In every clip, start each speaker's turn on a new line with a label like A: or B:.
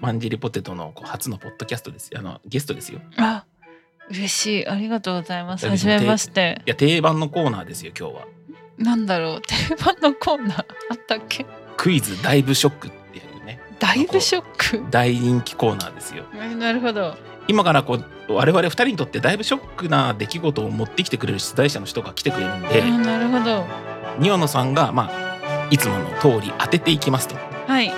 A: マンジリポテトのこう初のポッドキャストですよあのゲストですよ
B: あ嬉しいありがとうございます
A: 誰で
B: はじ
A: も
B: めまして
A: いや定番のコーナーですよ今日は
B: なんだろう定番のコーナーあったっけ
A: クイズだいぶショックっていうね
B: だいぶショッ
A: 大人気コーナーですよ
B: クなるほど
A: 今からこう我々2人にとってだいぶショックな出来事を持ってきてくれる出題者の人が来てくれるんで
B: あなるほど
A: ニオノさんがまあいつもの通り当てていきますと
B: はい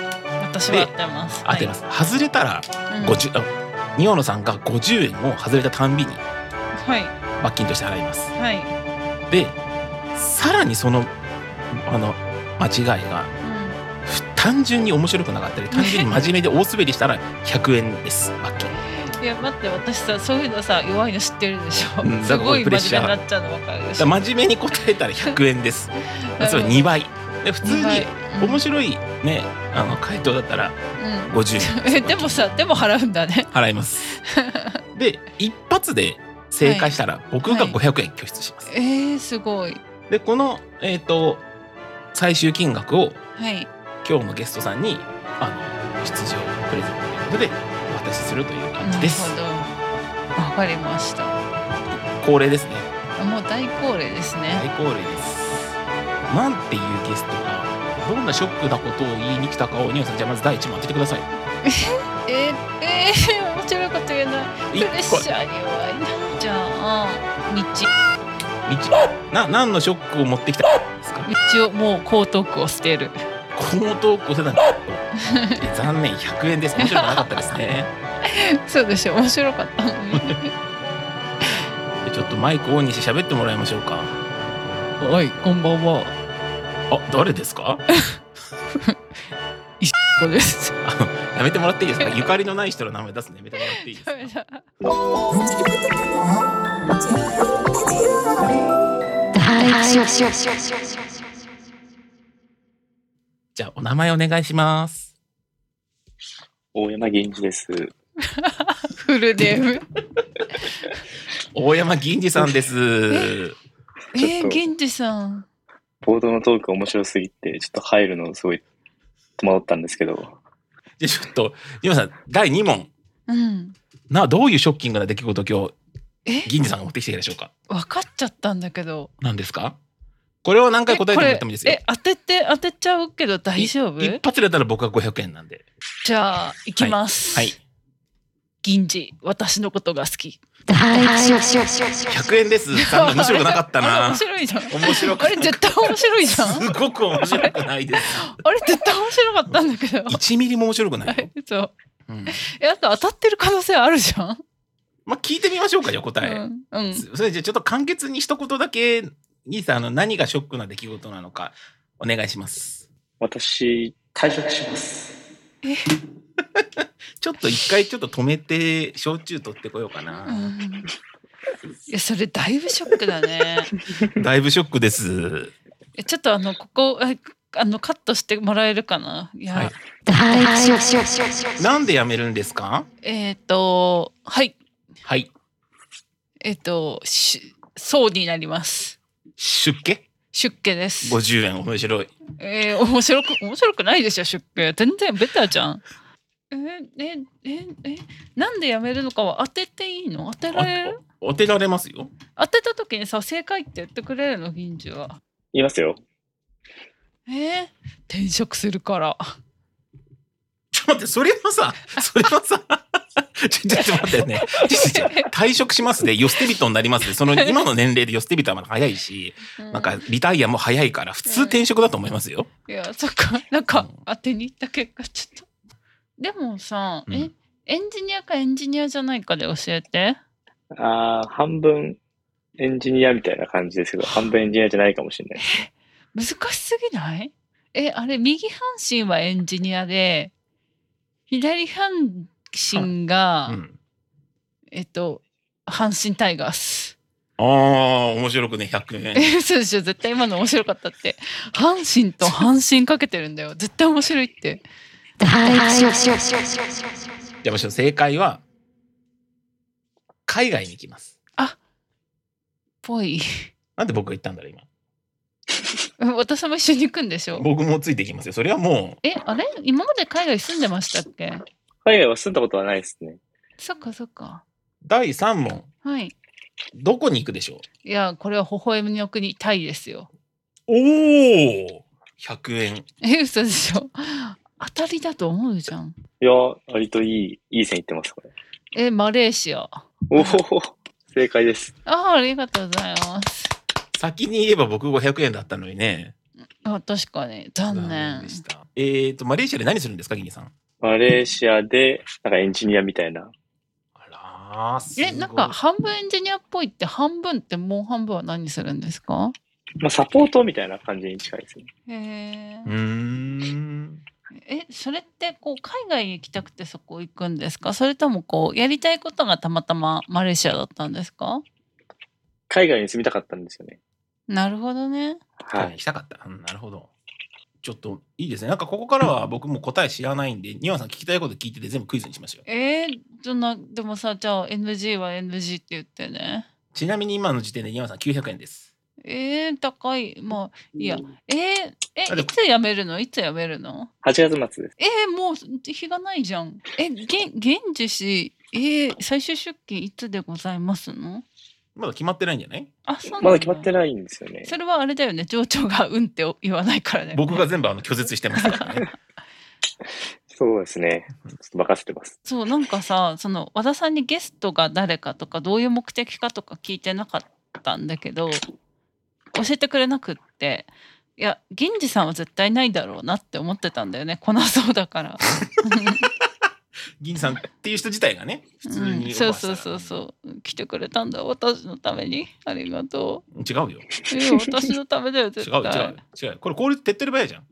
B: 私は合ってます、
A: 当てますす、外れたら
B: はいうん
A: 50、あニオノさんが50円を外れたたんびに
B: はい
A: 罰金として払います
B: はい、
A: でさらにそのあの間違いが
B: うん
A: ふ単純に面白くなかった り単純に真面目で大滑りしたら100円です罰金
B: いや待って私さそういうのさ弱いの知ってるでしょ、
A: うん
B: す
A: だからこ
B: ご
A: れ
B: い
A: プレッシ
B: 真
A: ャー
B: 面目になっちゃうの分かるでし
A: だ
B: ょ
A: から真面目に答えたら100円です つまり2倍で普通に面白いねあの回答だったら
B: い、
A: 50円
B: うん、えでもさでも払うんだね
A: 払います で一発で正解したら僕が500円拠出します、
B: えー、すごい
A: でこのえっ、と最終金額を
B: はい
A: 今日のゲストさんにあの出場プレゼントということでお渡しするという感じ
B: な
A: で
B: る
A: す
B: ほどわかりました
A: 恒例ですね
B: もう大恒例です
A: 大
B: ね。
A: 恒例ですなんていうゲストがどんなショックなことを言いに来たかをニオさんじゃあまず第一問当ててください
B: えー、えー、面白いこと言えない。プ
A: い
B: レッ
A: これ
B: シャーに弱いな。じゃあ、日
A: 一な何のショックを持ってきたんですか
B: 日をもう江東区を捨てる。
A: 高等校世代のえ残念100円です面白くなかったですね
B: そうでしょ。面白かった。
A: でちょっとマイクオンにして喋ってもらいましょうか
B: はい、こんばんは。
A: あ誰ですか
B: 石子です。
A: やめてもらっていいですかゆかりのない人の名前出すのやめてもらっていいですかじゃあお名前お願いします
C: 大山銀次です。
B: フルネーム。
A: 大山銀次さんです
B: え
C: ちょ
B: ー、
C: っと
B: 銀次さん。
C: 冒頭のトーク面白すぎて、ちょっと入るのすごい戸惑ったんですけど、
A: じゃあちょっとニオさん第2問
B: うん。
A: などういうショッキングな出来事を今
B: え
A: 日銀次さんが持ってきているでしょうか
B: 分かっちゃったんだけど。
A: 何ですかこれを何回答えてもらってもいいですよ
B: え、これえ当てて当てちゃうけど大丈夫？
A: 一発入れたら僕は500円なんで
B: じゃあ行きます。
A: はい
B: 銀次、私のことが好き。
A: 100円です残念面白くなかった
B: あれ
A: な
B: 面白いじゃん。
A: 面白く
B: あれ絶対面白いじゃん。
A: すごく面白くない です。
B: あれ絶対面白かったんだけど。
A: 1ミリも面白くないよ。
B: そう。
A: うん
B: え、あと当たってる可能性あるじゃん。
A: まあ、聞いてみましょうか、じゃあ答
B: う
A: え。
B: ん。うん
A: それじゃあちょっと簡潔に一言だけ、兄さん、あの、何がショックな出来事なのか、お願いします。
C: 私、退職します。
A: ちょっと一回ちょっと止めて、焼酎取ってこようか
B: う
A: な。
B: ん。いや、それだいぶショックだね。
A: だいぶショックです。
B: えちょっとあの、ここ、ああの、カットしてもらえるかな。いや、
A: はいなんで辞めるんですか
B: えっ、と、はい。
A: はい。
B: えっ、と、し、そうになります。
A: 出家
B: 出家です。
A: ?50 円面白い。
B: えー、面白く、面白くないでしょ、出家。全然ベタじゃん。えー、えー、えー、えー、なんで辞めるのかは当てていいの当てられる
A: お当てられますよ。
B: 当てた時にさ、正解って言ってくれるの、銀次は。
C: 言いますよ。
B: えー、転職するから。
A: ちょっと待って、それはさ、それはさ、 ちょ、ちょっと待ってね。ちょちょちょ退職しますで、よ捨て人になりますで、 その今の年齢でよ捨て人はまだ早いし、
B: うん
A: なんかリタイアも早いから、普通転職だと思いますよ。
B: いや、そっか、なんか当てに行った結果、ちょっと。でもさ、
A: うん
B: え、エンジニアかエンジニアじゃないかで教えて。
C: あー半分エンジニアみたいな感じですけど、半分エンジニアじゃないかもしれない。
B: 難しすぎないえ、あれ、右半身はエンジニアで、左半身が、
A: うん。
B: えっと、阪神タイガース。
A: ああ、面白くね、100円。
B: え、そうでしょ、絶対今の面白かったって。阪神と阪神かけてるんだよ。絶対面白いって。
A: じゃあ、むしろ正解は、海外に行きます。
B: ぽい。
A: なんで僕が言ったんだろう、今。
B: 私も一緒に行くんでしょ
A: 僕もついていきますよ。それはも
B: え、あれ今まで海外住んでましたっけ
C: 海外は住んだことはないですね。
B: そっかそっか。
A: 第3問、
B: はい。
A: どこに行くでしょう
B: いや、これは微笑みの国、タイですよ。
A: おお !100 円。
B: え、嘘でしょ。当たりだと思うじゃん。
C: いや、割といい、いい線いってます、これ。
B: え、マレーシア。あ
C: おお、正解です。
B: あ、ありがとうございます。
A: 先に言えば僕500円だったのにね。
B: あ、確かに。残念。
A: でした。えっ、と、マレーシアで何するんですか、ギニさん。
C: マレーシアで、なんかエンジニアみたいな。
A: あらー、すごい
B: え、なんか、半分エンジニアっぽいって、半分ってもう半分は何するんですか
C: まあ、サポートみたいな感じに近いですね。
B: へえ
A: うーん。
B: え、それってこう海外行きたくてそこ行くんですかそれともこうやりたいことがたまたまマレーシアだったんですか
C: 海外に住みたかったんですよね。
B: なるほどね。
C: は
A: はい
C: い。
A: したかった。うんなるほど。ちょっといいですね。なんかここからは僕も答え知らないんで、ニワさん聞きたいこと聞いてて全部クイズにしましょう。
B: えー、じゃなでもさじゃあ NG は NG って言ってね。
A: ちなみに今の時点でニワさん900円です。
B: えー、高い。まあいや。えー、え
A: あでも
B: いつ辞めるのいつ辞めるの
C: 8月末です。
B: えー、もう日がないじゃん。え現現地しえー、最終出勤いつでございますの
A: まだ決まってないんじゃない
B: あそうなん
C: まだ決まって
B: ない。
C: ないんですよね。
B: それはあれだよね情緒がうんって言わないからね。
A: 僕が全部あの拒絶してますからね。
C: そうですね。ちょっと任せてます。
B: そうなんかさその和田さんにゲストが誰かとかどういう目的かとか聞いてなかったんだけど教えてくれなくっていや銀次さんは絶対ないだろうなって思ってたんだよね来なそうだから。
A: ギニさんっていう人自体がね、普通
B: う
A: に
B: ん、
A: オフ
B: そ
A: ァ
B: う
A: ーした
B: そ
A: ら
B: うそうそう来てくれたんだ私のためにありがと
A: 違うよ。
B: うえ私のためだよ
A: 違う
B: 絶対
A: 違う違うこれ効率手っ取り早いじ ゃん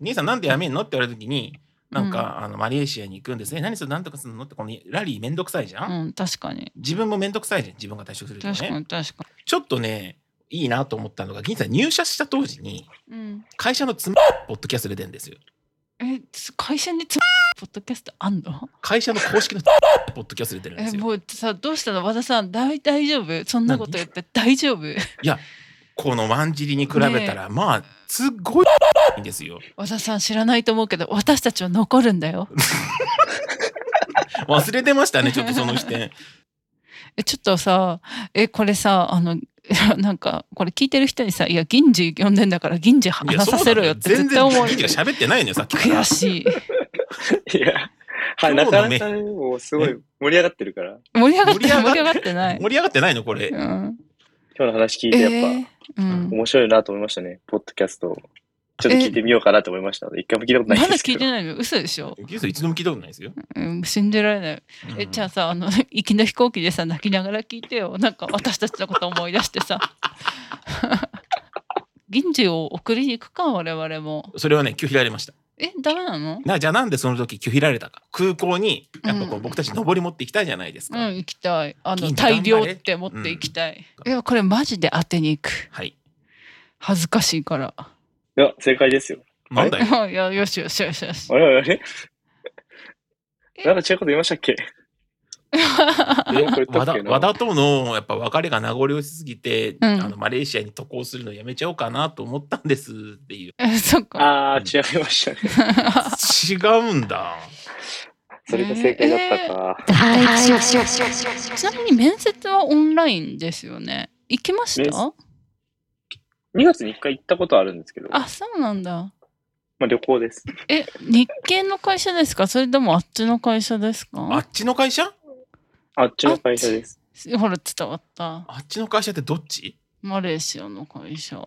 A: 兄さんなんでやめんのって言われた時になんか、あのマレーシアに行くんですね何するなんとかするのってこのラリーめんどくさいじゃん、
B: うん確かに
A: 自分もめんどくさいじゃん自分が退職すると
B: 確か
A: ね
B: に確か
A: ちょっとねいいなと思ったのが銀さん入社した当時に
B: に、うん、
A: 会社のつまポッドキャストで出るんですよ
B: え会社につポッドキャストあんの
A: 会社の公式のつポッドキャストで出るんで
B: え
A: すよ
B: もうさどうしたの和田さん大大丈夫そんなこと言って大丈夫
A: このワンジリに比べたら、まあすごいいいんですよ
B: 和田さん知らないと思うけど私たちは残るんだよ
A: 忘れてましたねちょっとその視 点
B: えちょっとさえこれさあの なんかこれ聞いてる人にさ「いや銀次呼んでんだから銀次
A: いや
B: 話
A: そう
B: さ
A: なん
B: せろ
A: だよ
B: よ」って
A: 全然
B: 絶対思う
A: 銀次が喋ってないのよさっきから
B: 悔しい
C: いや、はい、
A: 今
C: な
A: 日の
C: か
A: メイン
C: なかねもうすごい盛り上がってるから、
B: 盛り上がってな
A: 盛
B: い
A: り上
B: 盛り上
A: が
B: が
A: っ
B: ってない、
A: 盛り上がってないのこれ、
B: うん、
C: 今日の話聞い
B: え
C: てやっ
B: ーうん
C: ぱ面白いなと思いましたね。ポッドキャストを。ちょっと聞いてみようかなと思いましたので、一回も聞いたこと
B: ま
C: ないん
B: だ
C: ですけ
B: 聞い
C: ど
B: て。ないの嘘でしょ、
A: ギュウさん一度も聞いたことないですよ。
B: うん、信じられないえじゃあさあの 行きの飛行機でさ泣きながら聞いてよなんか私たちのこと思い出してさ 銀次を送りに行くか我々も
A: うんそれはね拒否られました。
B: えダメなの
A: なじゃあなんでその時拒否られたか。空港にやっぱこ
B: う
A: うん僕たち登り持っていきたいじゃないです
B: う
A: か。
B: ん行きたいあの
A: 銀次頑張れ
B: 大量って持って行きたい、
A: うん
B: いやこれマジで当てに行く
A: はい。
B: 恥ずかしいから
C: いや、正解ですよ。
A: なんだよ。
B: いやよしよしよしよし
C: あれあれ
B: え
C: なんか違うこと言いましたっ け
A: で
C: これ
A: 和田
C: だっけな
A: 和田とのやっぱ別れが名残惜しすぎて、
B: うん
A: あのマレーシアに渡航するのやめちゃおうかなと思ったんですっていう
B: え そっか
C: あー、違いました
A: 違
C: ね。
A: うんだ
C: それが正解だったか。
B: ちなみに面接はオンラインですよね行きまし
C: 面
B: た
C: 接2月に1回行ったことあるんですけど、ま
B: あそうなんだ
C: あ旅行です。
B: え、日系の会社ですかそれともあっちの会社です
A: あ
B: か
A: っちの会社
C: あっちの会社です。
B: ほら、伝わった。
A: あっちの会社ってどっち
B: マレーシアの会社。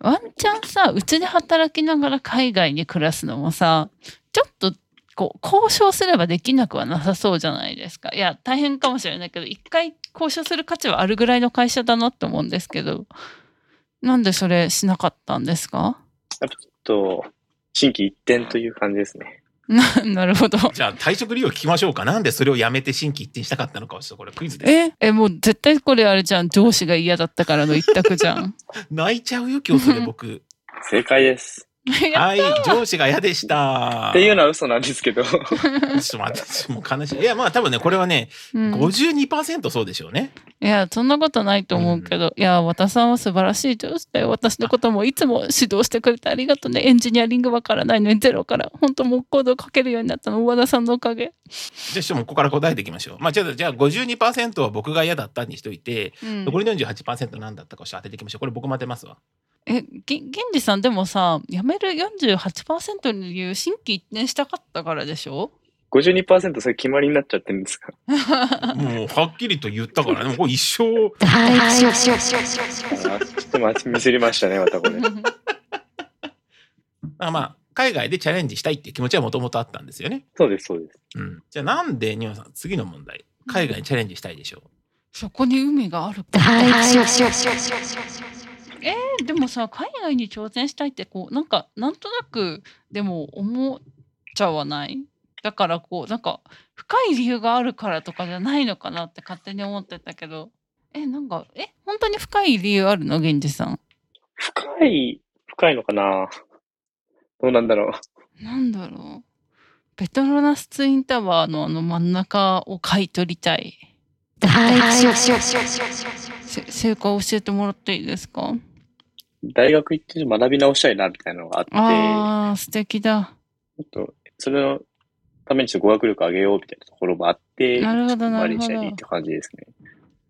B: ワンチャンさ、うちで働きながら海外に暮らすのもさ、ちょっと、こう、交渉すればできなくはなさそうじゃないですか。いや、大変かもしれないけど、一回交渉する価値はあるぐらいの会社だなって思うんですけど、なんでそれしなかったんですか
C: と、新規一転という感じですね。
B: ななるほど。
A: じゃあ退職理由を聞きましょうかなんでそれをやめて心機一転したかったのかをちょっとこれクイズです
B: え、え、もう絶対これあれじゃん。上司が嫌だったからの一択じゃん。
A: 泣いちゃうよ今日それ僕
C: 正解です。
A: はい、上司が嫌でした。
C: っていうのは嘘なんですけど。
A: ちょっと待って、私もう悲しい。いや、まあ多分ね、これはね、
B: うん
A: 52%そうでしょうね。
B: いや、そんなことないと思うけど、いや、和田さんは素晴らしい上司だよ。私のこともいつも指導してくれてありがとうね。エンジニアリングわからないのにゼロから、本当木工道かけるようになったの、和田さんのおかげ。
A: じゃあ、ちょっともうここから答えていきましょう。まあ、ちょっとじゃあ52%は僕が嫌だったにしといて、
B: うん
A: 残りの48%何だったかをちょっと当てていきましょう。これ僕も当てますわ。
B: え、ぎ銀次さん、でもさ、辞める48%の理由、新規一転したかったからでしょ
C: 52%それ決まりになっちゃってるんですか
A: もう、はっきりと言ったからね、もうこれ一生、
C: あーちょっとまミスりましたね、またこれ。
A: まあまあ、海外でチャレンジしたいっていう気持ちはもともとあったんですよね。
C: そうです、そうです。
A: うん。じゃあなんで、ニワさん、次の問題。海外にチャレンジしたいでしょう。
B: そこに海があるからえでもさ海外に挑戦したいってこうなんかなんとなくでも思っちゃわないだからこうなんか深い理由があるからとかじゃないのかなって勝手に思ってたけどえなんかえ本当に深い理由あるの源氏さん
C: 深い、深いのかなどうなんだろう。
B: なんだろうペトロナスツインタワーのあの真ん中を買い取りたいせ正解教えてもらっていいですか
C: 大学行って学び直したいな、みたいなのがあって、
B: あー素敵だ
C: ちょっとそれのためにちょっと語学力上げようみたいなところもあって、
B: なるほど
C: ちょっと周りにしたい
B: なるほ
C: ね
B: ど
C: って感じですね。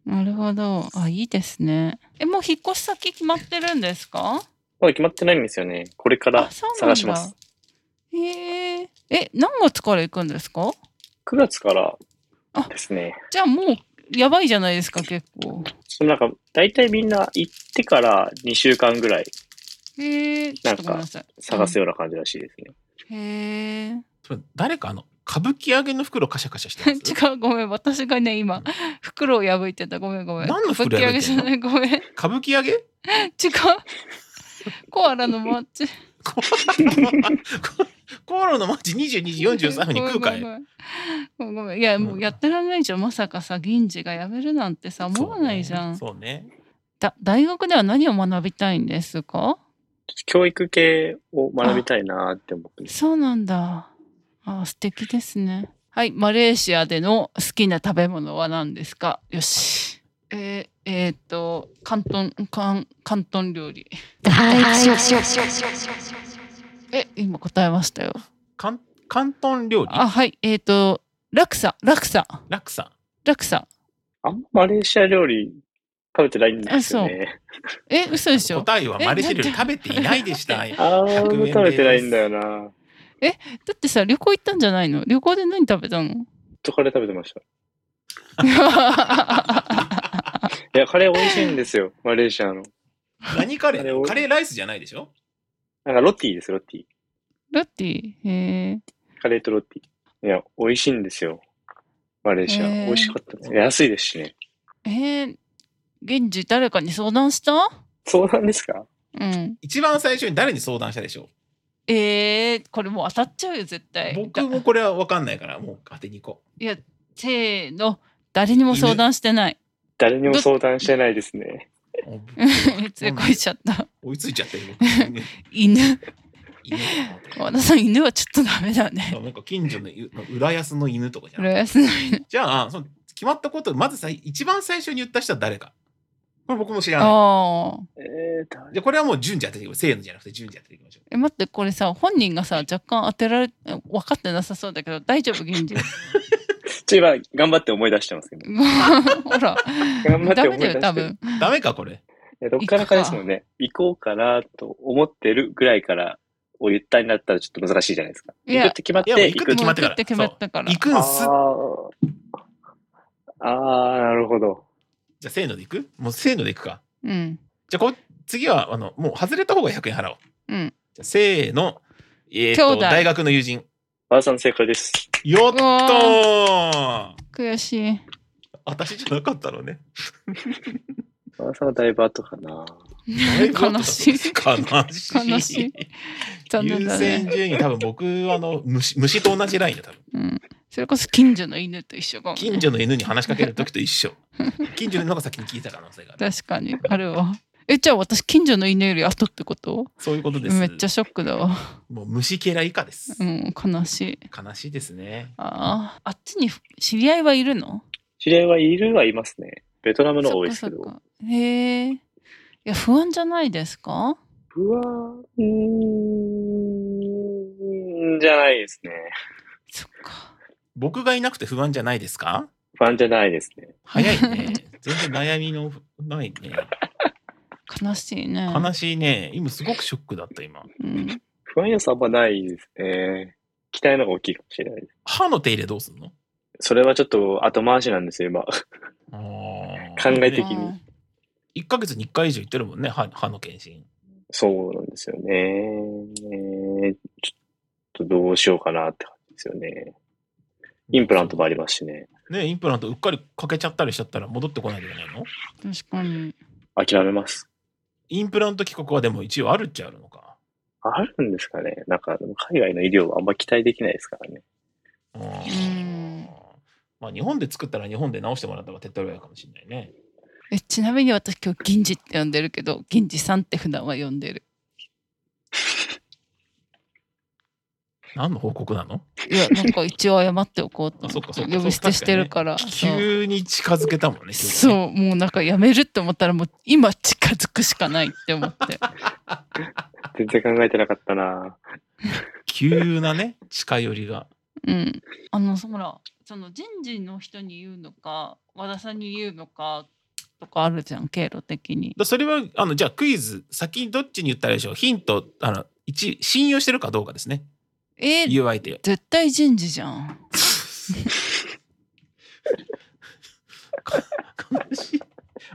B: なるほど。あ、いいですね。え、もう引っ越し先決まってるんですか
C: まだ決まってないんですよね。これから
B: あ、そうなんだ。
C: 探します。
B: へえ。え、何月から行くんですか
C: 9月から
B: あ
C: ですね。
B: じゃあもう、やばいじゃないですか、結構。
C: そのなんか、大体みんな行ってから2週間ぐらい
B: へえ。ちょっとごめんなさい。
C: 探すような感じらしいですね。
B: へえ。
A: それ誰かあの、歌舞伎揚げの袋カシャカシャしてます
B: 違う、ごめん。私がね、今、袋を破いてた。ごめん、ごめん。
A: 何の袋破いてんの
B: ぶち上げじゃない、ごめん。違う。
A: 歌舞伎揚げ
B: コアラのマッチ。
A: コーロのマジ22時43分に食うかい
B: ごめんごめんごめんいや、もうやってらんないじゃん。まさかさ、銀次が辞めるなんてさ、思わないじゃん。
A: そうね。そうね
B: だ大学では何を学びたいんですか
C: 教育系を学びたいなって思ってます。
B: そうなんだ。あ素敵ですね。はい、マレーシアでの好きな食べ物は何ですかよし。えー、えーっと、広東、広広東料理。え、今答えましたよ。
A: かん広東料理
B: あ、はい、えーっと、ラクサ、ラクサ、
A: 落差。
B: ラクサ。
C: あんまマレーシア料理食べてないんですよね。
B: え、嘘でしょ
A: 答えはマレーシア料理
B: え
A: 食べていないで した。
C: あー、
A: 100円
C: 食べてないんだよな。
B: だってさ、旅行行ったんじゃないの旅行で何食べたの
C: とカレー食べてました。いや、カレー美味しいんです よ。マレーシアの。
A: 何カレ
C: あれお
A: ーカレーライスじゃないでしょ
C: なんかロッティです、ロッティ。
B: ロッティ、え
C: カレーとロッティ。いや、美味しいんですよ。マレーシア。
B: へー
C: 美味しかったです。安いですしね。
B: ー、えー、現地誰かに相談した
C: そうなんですか
B: うん。
A: 一番最初に誰に相談したでしょ
B: えー、これもう当たっちゃうよ、絶対。
A: 僕
B: だ
A: もこれは分かんないから、もう当てに行こう。
B: いや、せーの、誰にも相談してない。
C: 誰にも相談してないですね。
A: お
B: 連れ越えちゃった。
A: 追いついちゃったよ。僕
B: 犬。
A: 犬
B: 和田さん、犬はちょっとダメだね。
A: なんか近所のゆ浦安の犬とかじゃ
B: 浦
A: ん。
B: 安の犬。
A: じゃあ、その決まったこと、まずさ、一番最初に言った人は誰か。これ僕も知らない。
B: ああ。
C: えー、誰
A: じゃあこれはもう順次当てていきましょう。せーのじゃなくて順次当てていきましょう。
B: え、待って、これさ、本人がさ、若干当てられ、分かってなさそうだけど、大丈夫、銀次。
C: ちょ、今、頑張って思い出してますけど。
B: ほら、
C: 頑張って
B: ダ
C: 思
B: メだ
C: い出して
B: よ、多分。
A: ダメか、これ。
C: えどっからかですもんね。行こうかなと思ってるぐらいから、を言ったになったらちょっと難しいじゃないですか。
B: い
C: 行
B: や
C: くって決まって、
A: いやもう行く
C: 行く
A: 決まってから
B: もう決まったから
A: 行くんす。
C: あーあー、なるほど。
A: じゃあ、せーのでいくもうせーのでいくか。
B: うん。
A: じゃあこ、次は、あの、もう外れた方が100円払おう。
B: うん。
A: じゃあせーの。えー、
B: 兄
A: と、
B: 弟
A: 大学の友人。
C: 和田さん正解です。
A: よっと
B: う
A: ー
B: 悔しい。
A: 私じゃなかったの ね。
C: 和田さんはだいぶ後かな。
B: 悲しい。
A: 悲しい。
B: 悲しい残念
A: 優
B: だ
A: 先
B: ね。
A: 順位、多分僕、あの、虫、虫と同じラインだ、 多分。
B: うん。それこそ近所の犬と一緒かもね。
A: 近所の犬に話しかけるときと一緒。近所の犬が先に聞いた可能性がある。
B: 確かに、あるわ。え、じゃあ私近所の犬より後ってこと
A: そういうことです。
B: めっちゃショックだわ。
A: もう虫けら以下です。
B: うん、悲しい。
A: 悲しいですね。
B: ああ、あっちに知り合いはいるの
C: 知り合いはいるはいますね。ベトナムの方が多いですけ
B: そっか
C: ど。
B: そっかへえ。いや、不安じゃないですか
C: うわうーん、じゃないですね。
B: そっか。
A: 僕がいなくて不安じゃないですか
C: 不安じゃないですね。
A: 早いね。 全然悩みのないね。
B: 悲しいね。
A: 悲しいね。今すごくショックだった今。
B: うん、
C: 不安要素あんまないですね。期待の方が大きいかもしれないです。
A: 歯の手入れどうすんの
C: それはちょっと後回しなんですよ、今。
A: あ
C: 考
A: ー
C: え的に。
B: あ
A: 1ヶ月に1回以上行ってるもんね、歯歯の検診。
C: そうなんですよね。ちょっとどうしようかなって感じですよね。インプラントもありますしね。
A: ねインプラントうっかりかけちゃったりしちゃったら戻ってこないといけないの
B: ー確かに。
C: 諦めます。
A: インプラント帰国はでも一応あるっちゃあるのか。
C: あるんですかねなんか、でも海外の医療はあんま期待できないですからね。
A: う
B: うん
A: ん。まあ日本で作ったら日本で直してもらった方が手っ取り早いかもしれないね。
B: えちなみに私今日銀次って呼んでるけど銀次さんって普段は呼んでる
A: 何の報告なの
B: いやなんか一応謝っておこうと
A: あ
B: 思
A: そ
B: っ
A: ってかそっか
B: 呼び捨てしてるからそう
A: 急に近づけたもんね。
B: そう
A: う。
B: もうなんかやめるって思ったらもう今近づくしかないって思って
C: 全然考えてなかったな
A: 急なね、近寄りが。
B: うんあのそほらその人事の人に言うのか和田さんに言うのかとかあるじゃん経路的に
A: だそれは、あの、じゃあクイズ、先にどっちに言ったらいいでしょうヒント、あの、一、信用してるかどうかですね。
B: え
A: 言う相手。
B: 絶対人事じゃん
A: か悲しい。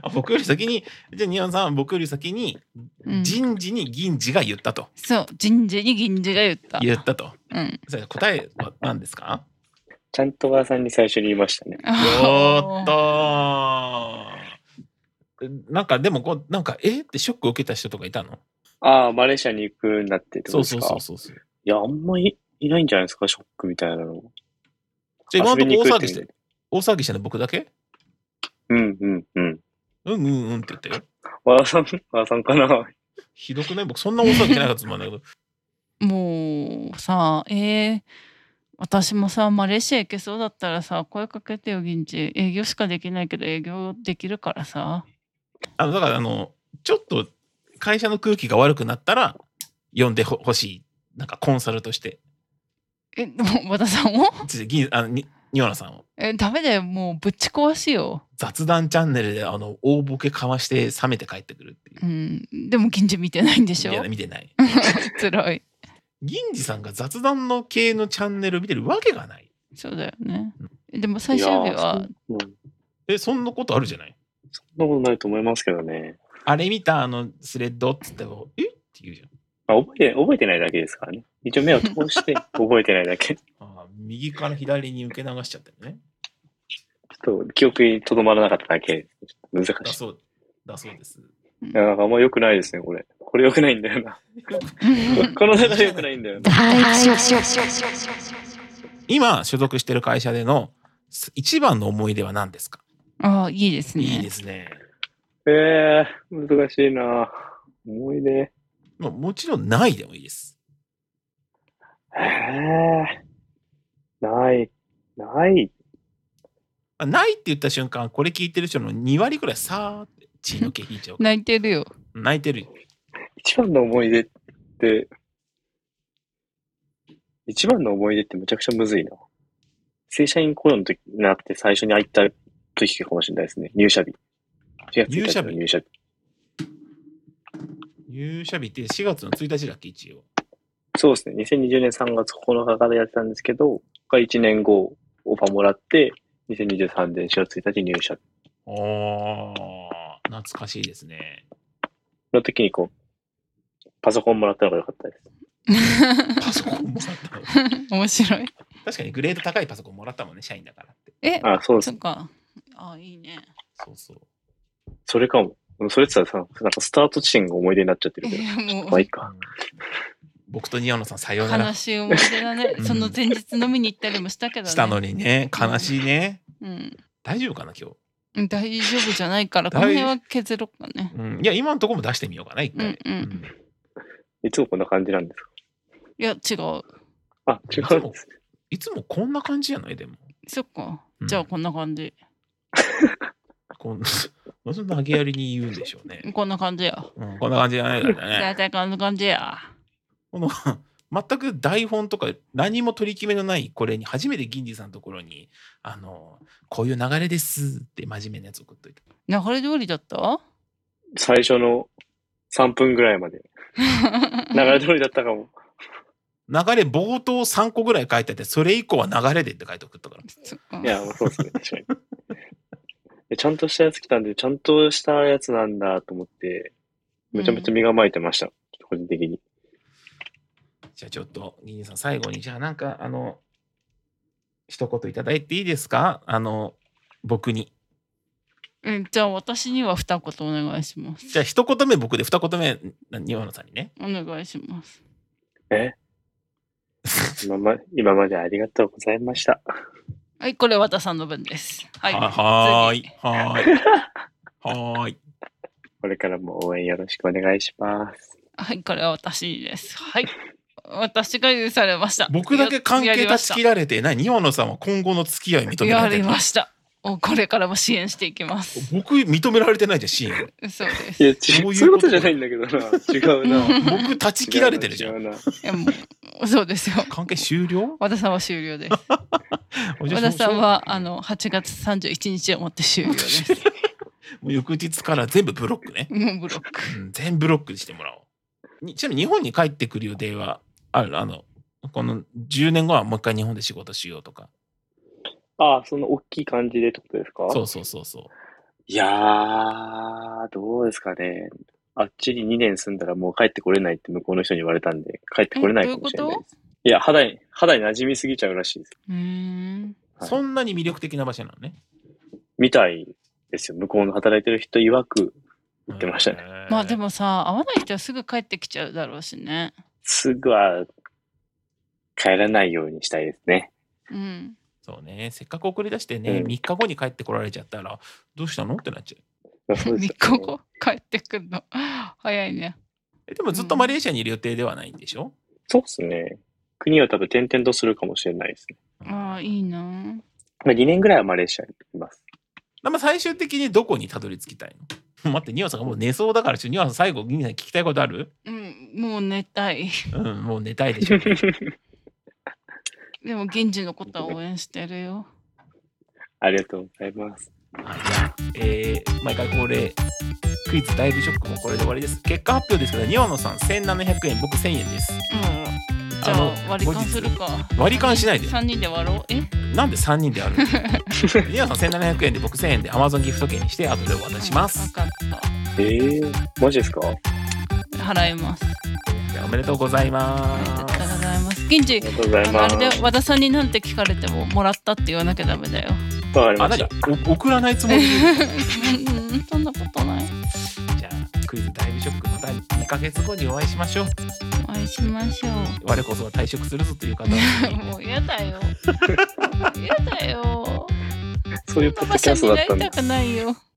A: あ僕より先に、じゃあ、ニオンさんは僕より先に、
B: うん
A: 人事に銀次が言ったと。
B: そう人事に銀次が言った
A: 言ったと。
B: うん
A: それ答えは何ですか
C: ちゃんと和田さんに最初に言いましたね。
A: おっとーなんかでもこうなんかえってショックを受けた人とかいたの
C: ああ、マレーシアに行くんだってっ
A: そ
C: てこと
A: う
C: です
A: そ
C: か
A: うそうそうそう
C: いや、あんまりいないんじゃないですかショックみたいなの。
A: じゃあ今の
C: 遊びに
A: とこ
C: 行
A: 大
C: く
A: 騒ぎ
C: っ
A: してて大騒ぎしてるの僕だけ
C: うんうんう
A: う
C: ん。
A: んうんうんって言ったよ
C: 和田さん、和田さんかな
A: ひどくない僕そんな大騒ぎしなかったつもりだけど
B: もうさえー私もさマレーシア行けそうだったらさ声かけてよ銀次営業しかできないけど営業できるからさ
A: あのだからあのちょっと会社の空気が悪くなったら呼んでほほしいなんかコンサルとして
B: えでも和田さんを
A: ちょ銀あのにニオナさんを
B: えダメだよもうぶち壊しよ、
A: 雑談チャンネルであの大ボケかわして冷めて帰ってくるっていうう
B: ん、でも銀次見てないんでしょ
A: い や見てない
B: つらい
A: 銀次さんが雑談の系のチャンネル見てるわけがない
B: そうだよねでも最終日
C: いやー
B: は
C: そんな
A: えそんなことあるじゃない
C: そんなことないと思いますけどね。
A: あれ見たあのスレッドっつってもえって言うじゃん
C: まあ、覚えて、覚えてないだけですからね。一応目を通 して覚えてないだけ。ち
A: あー右から左に受け流しちゃってるね
C: ょっと記憶にとどまらなかっただけ。ちょっと難
A: だ
C: しい。
A: そうだそうです
C: いや、なんかあんま良くないですね、これ。これ良くないんだ よな。この流れ良くないんだよな。
A: 今所属してる会社でのす一番の思い出は何ですか
B: ああいいですね
A: いいですね
C: ええー、難しいな思い出。
A: まあもちろんないでもいいです
C: ええー、ない、ない。
A: あないって言った瞬間これ聞いてる人の2割くらいさーって血の毛引い ちゃう
B: 泣いてるよ
A: 泣いてるよ
C: 一番の思い出って、一番の思い出ってむちゃくちゃむずいな。正社員雇用の時になって最初に入った時かもしれないですね。入社日。4月1日の入社日。
A: 入社日って4月の1日だっけ一応
C: そうですね。2020年3月9日からやってたんですけど、が1年後オファーもらって、2023年4月1日入社
A: あー懐かしいですね
C: の時にこう、パソコンもらったのが良かったです。
A: パソコンもらったの 確
B: 面白い
A: かにグレード高いパソコンもらったもんね社員だからって
B: え
C: あ、そうです
B: そっ。かああいいね
A: そうそう
C: それかも。それって言ったらさ、なんかスタート地点が思い出になっちゃってるけど。
B: えもう
C: まあいいか。
A: 僕とニオノさんさようなら
B: 悲しい思い出だね
A: う。ん
B: その前日飲みに行ったりもしたけどね。
A: したのにね悲しいね
B: うん。
A: 大丈夫かな今日
B: 大丈夫じゃないから、こ
A: 大
B: の辺は削ろうかね。
A: うん、いや、今のところも出してみようかな、一
B: う
A: 回
B: ん。う。
A: うんん
C: いつもこんな感じなんですか
B: いや、違う。
C: あ、違うんですね。
A: いつもこんな感じじゃないでも。
B: そっか。
A: うん
B: じゃあ、こんな感じ。
A: こんそんな投 げやりに言うんでしょうね。
B: こんな感じや。
A: うん、こんな感じじゃないからね。
B: 大体こんな感じや。
A: この 全く台本とか何も取り決めのないこれに初めて銀次さんのところに「あのこういう流れです」って真面目なやつ送っといた。
B: 流れ通りだった
C: 最初の3分ぐらいまで。流れ通りだったかも。
A: 流れ冒頭3個ぐらい書いてあってそれ以降は流れでって書いて送ったから。
B: そっか
C: い。 や、もうそうですね、確かに。でちゃんとしたやつ来たんで、ちゃんとしたやつなんだと思って、めちゃめちゃ身構えてました。個人的に。
A: じゃあちょっと銀次さん最後にじゃあなんかあの一言いただいていいですかあの僕に。
B: うんじゃあ、私には二言お願いします。
A: じゃあ一言目僕で二言目庭野さんにね。
B: お願いします。
C: え今ま今までありがとうございました。
B: はい、これ、和田さんの分です。はい。
A: はーい。はーい。はーい。
C: これからも応援よろしくお願いします。
B: はい、これは私です。はい。私が許されました。
A: 僕だけ関
B: や
A: 係
B: りま
A: 断
B: し
A: ち
B: た
A: 切られてない庭野さんは今後の付き合い認めら
B: や
A: れて
B: り
A: ない
B: ました。おこれからも支援していきます。
A: 僕認められてないじゃんシーン
B: そうで
C: い
B: す。い
C: や、ち
A: どういうこと
C: そういうことじゃないんだけどな。違 うな。違う
A: 僕断ち切られてるじゃ
C: なん違うな
B: やもうそうですよ。
A: 関係終了
B: 和田さんは終了です。
A: じゃ
B: 和
A: あ
B: 田さん
A: そう
B: はあの8月31日をもって終了です。
A: もう翌日から全部ブロックね、
B: もうブロック。
A: うん、全部ブロックにしてもらおうにちなみに日本に帰ってくる予定はあるあのこの10年後はもう一回日本で仕事しようとか
C: ああ、その大きい感じでってことですか
A: そうそうそうそう
C: いやー、どうですかね。あっちに2年住んだらもう帰ってこれないって向こうの人に言われたんで、帰ってこれないかもしれないです。いや、肌に、肌に馴染みすぎちゃうらしいです。
B: うーん。
C: はい
A: そんなに魅力的な場所なのね
C: みたいですよ。向こうの働いてる人曰く言ってましたね。
A: ね
B: まあでもさ、会わない人はすぐ帰ってきちゃうだろうしね。
C: すぐは帰らないようにしたいですね。
B: うん。
A: そうねせっかく送り出してね、
C: うん
A: 3日後に帰ってこられちゃったらどうしたのってなっちゃう
C: まあそう
B: 3
C: です
B: 日
C: よね
B: 後帰ってくるの。早いね。
A: えでもずっとマレーシアにいる予定ではないんでしょ、
C: そうですね。国は多分転々とするかもしれないですね。
B: ああ、いいな。
C: まあ、2年ぐらいはマレーシアにいます。
A: まあ最終的にどこにたどり着きたいの 待って、ニワさんがもう寝そうだから、ちょっとニワさん最後、ニワさん聞きたいことある
B: うん、もう寝たい。
A: うん、もう寝たいでしょ。
B: でも、現地のことは応援してるよ。
C: ありがとうございます。
A: はい、じゃあ、えー毎回恒例、クイズダイブショックもこれで終わりです。結果発表ですけど、ニワノさん1700円、僕1000円です。
B: うん。じゃあ、割り勘するか。
A: 割り勘しないで。
B: 3人で割ろう。え
A: なんで3人であるのニワさん1700円で僕1000円で Amazon ギフト券にして、後でお渡ししま
B: わ
A: す。
B: かった。
C: えー、マジですかあ
B: 払います。
A: じゃあおめでとうござい
B: ありが
A: ま
B: とうご
A: す。
B: ざいます。銀次
C: り、がとうござい
B: あの
C: ま
B: あ
C: す。
B: れで和田さんになんて聞かれてももらったって言わなきゃダメだよ。
C: わかり
A: あ、
C: ま
A: な
C: し
A: に
C: た。
A: 送らないつもり
B: うんそんなことない。
A: じゃあ、クイズダイブショック、また2ヶ月後にお会いしましょう。
B: お会いしましょ
A: 我こそは退職するぞという方は
B: う。もうやだよ。やだよ。
C: そういう
B: こ
C: ポ
B: ん
C: ッ
B: な場
C: ドキ
B: 所
C: ャスト
B: に
C: だ
B: な
C: ったん
B: り
C: で
B: た
C: す
B: く。ないよ。